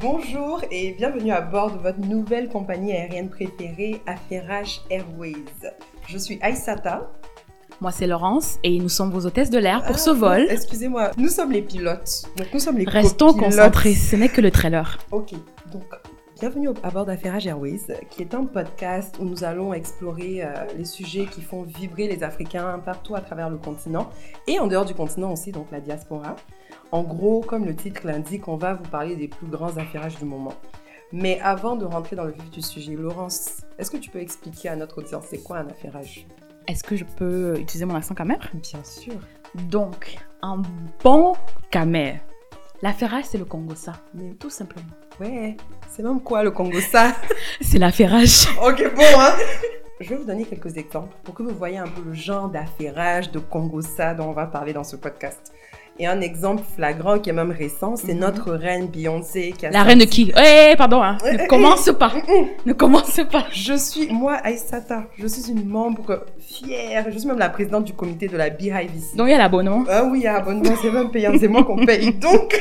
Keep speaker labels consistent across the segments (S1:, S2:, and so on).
S1: Bonjour et bienvenue à bord de votre nouvelle compagnie aérienne préférée, Affairage Airways. Je suis Aïsata.
S2: Moi, c'est Laurence et nous sommes vos hôtesses de l'air pour
S1: Ah,
S2: ce vol.
S1: Excusez-moi, nous sommes les pilotes. Donc nous sommes les
S2: Restons
S1: copilotes.
S2: concentrés, ce n'est que le trailer.
S1: Ok, donc bienvenue à bord d'Affairage Airways, qui est un podcast où nous allons explorer euh, les sujets qui font vibrer les Africains partout à travers le continent et en dehors du continent aussi, donc la diaspora. En gros, comme le titre l'indique, on va vous parler des plus grands affairages du moment. Mais avant de rentrer dans le vif du sujet, Laurence, est-ce que tu peux expliquer à notre audience c'est quoi un affairage
S2: Est-ce que je peux utiliser mon accent camère
S1: Bien sûr.
S2: Donc, un bon camère. La ferrage, c'est le Congo, ça.
S1: Mais-
S2: Tout simplement.
S1: Ouais, c'est même quoi le Congo ça
S2: C'est la ferrage.
S1: Ok, bon, hein Je vais vous donner quelques exemples pour que vous voyez un peu le genre d'affairage de Congossa dont on va parler dans ce podcast. Et un exemple flagrant qui est même récent, c'est
S2: Mhm.
S1: notre reine Beyoncé qui a
S2: La reine de
S1: sorti-
S2: qui Eh, pardon, hein. ne commence pas.
S1: Mm,
S2: Ne commence pas.
S1: Je suis, moi, Aïsata, je suis une membre fière, je suis même la présidente du comité de la Beehive ici.
S2: Donc, il y a l'abonnement.
S1: Ah oui, ah, abonnement, c'est même payant, c'est moi qu'on paye. Donc,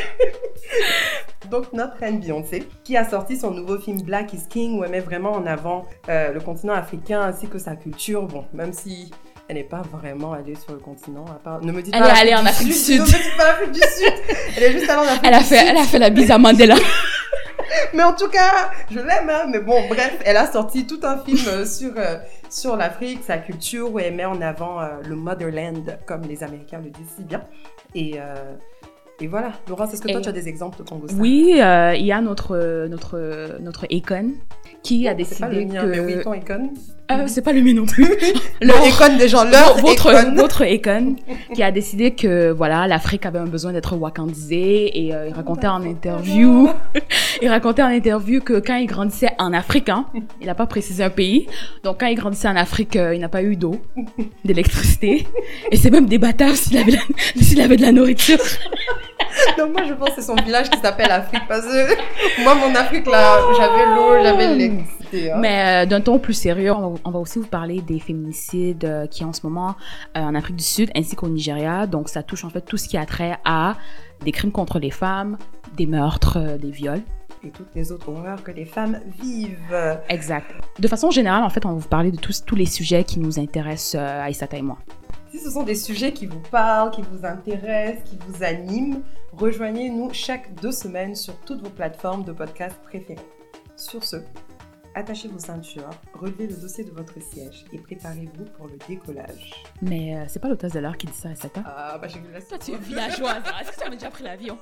S1: donc notre reine Beyoncé, qui a sorti son nouveau film Black is King, où elle met vraiment en avant euh, le continent africain ainsi que sa culture. Bon, même si elle n'est pas vraiment allée sur le continent, à part. Ne me dites
S2: Elle
S1: pas.
S2: est
S1: Afrique
S2: allée en
S1: du
S2: Afrique du
S1: Ne
S2: Sud.
S1: me dites pas Afrique du Sud. Elle est juste allée en Afrique
S2: Elle a,
S1: du
S2: fait,
S1: Sud.
S2: elle a fait la bise à Mandela.
S1: Mais en tout cas, je l'aime, hein, mais bon, bref, elle a sorti tout un film euh, sur, euh, sur l'Afrique, sa culture, où elle met en avant euh, le motherland, comme les Américains le disent si bien. Et, euh, et voilà. Laurence, est-ce que toi,
S2: Et-
S1: tu as des exemples de Congo
S2: Oui, euh, il y a notre, euh, notre, euh, notre Akon qui a
S1: Oh, C'est pas le
S2: décidé
S1: mien,
S2: que...
S1: mais oui, ton icône.
S2: Euh, c'est pas le mien non plus.
S1: Le icône des gens, leur
S2: votre
S1: icône.
S2: votre Akon qui a décidé que voilà l'Afrique avait un besoin d'être wakandisée et euh, il racontait en interview il racontait en interview que quand il grandissait en Afrique hein, il n'a pas précisé un pays donc quand il grandissait en Afrique euh, il n'a pas eu d'eau d'électricité et c'est même débattable s'il avait la- s'il avait de la nourriture
S1: Non, moi, je pense que c'est son village qui s'appelle Afrique, parce que moi, mon Afrique, là, j'avais l'eau, j'avais l'électricité. hein.
S2: Oh. Mais euh, d'un ton plus sérieux, on va, on va aussi vous parler des féminicides euh, qui en ce moment euh, en Afrique du Sud ainsi qu'au Nigeria. Donc ça touche en fait tout ce qui a trait à des crimes contre les femmes, des meurtres, euh, des viols.
S1: Et toutes les autres horreurs que les femmes vivent.
S2: Exact. De façon générale, en fait, on va vous parler de tous, tous les sujets qui nous intéressent euh, Aïssata et moi.
S1: Si ce sont des sujets qui vous parlent, qui vous intéressent, qui vous animent, rejoignez-nous chaque deux semaines sur toutes vos plateformes de podcast préférées. Sur ce, attachez vos ceintures, relevez le dossier de votre siège et préparez-vous pour le décollage.
S2: Mais euh, c'est pas l'hôtesse de l'heure qui dit ça, Aïssata.
S1: Ah, bah j'ai vu la
S2: Toi, tu es villageoise. Est-ce que tu avais déjà pris l'avion